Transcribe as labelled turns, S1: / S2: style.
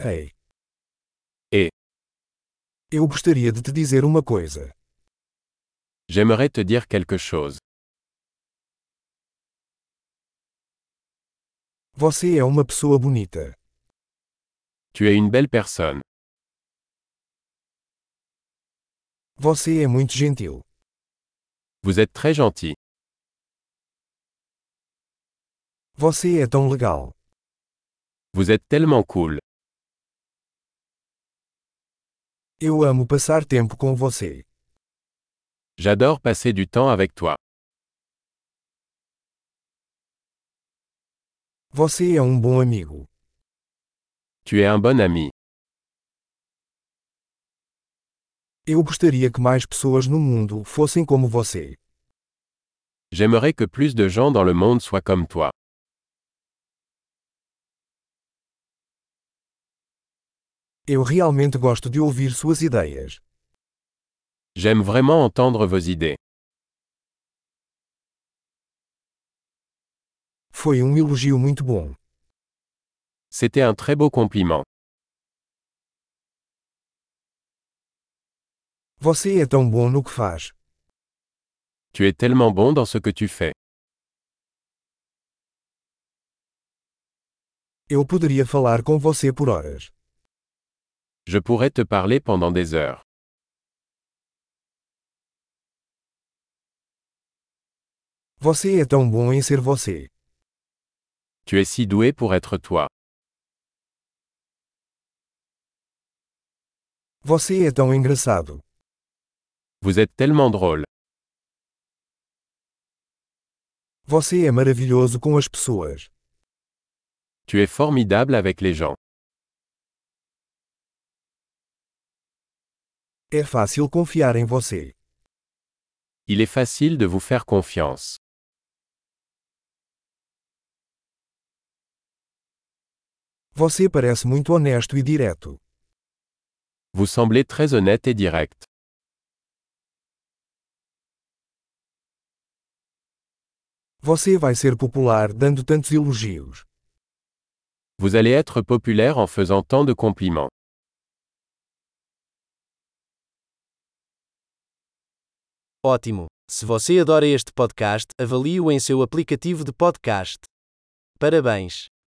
S1: Ei,
S2: Eu gostaria de te dizer uma coisa.
S1: j'aimerais te dire quelque chose.
S2: Você é uma pessoa bonita.
S1: Tu es une belle personne.
S2: Você é muito gentil.
S1: Vous êtes très gentil.
S2: Você é tão legal.
S1: Vous êtes tellement cool.
S2: Eu amo passar tempo com você.
S1: J'adore passer du temps avec toi.
S2: Você é um bom amigo.
S1: Tu es un bon ami.
S2: Eu gostaria que mais pessoas no mundo fossem como você.
S1: J'aimerais que plus de gens dans le monde soient comme toi.
S2: Eu realmente gosto de ouvir suas ideias.
S1: J'aime vraiment entendre vos idées.
S2: Foi um elogio muito bom.
S1: C'était un très beau compliment.
S2: Você é tão bom no que faz.
S1: Tu es tellement bon dans ce que tu fais.
S2: Eu poderia falar com você por horas.
S1: Je pourrais te parler pendant des heures.
S2: Você é tão bom em ser você.
S1: Tu es si doué pour être toi.
S2: Você é tão engraçado.
S1: Vous êtes tellement drôle.
S2: Você é maravilhoso com as pessoas.
S1: Tu es formidable avec les gens.
S2: É fácil confiar em você.
S1: Il est facile de vous faire confiance.
S2: Você parece muito honesto e direto.
S1: Vous semblez très honnête et direct.
S2: Você vai ser popular dando tantos elogios.
S1: Vous allez être populaire en faisant tant de compliments.
S3: Ótimo! Se você adora este podcast, avalie-o em seu aplicativo de podcast. Parabéns!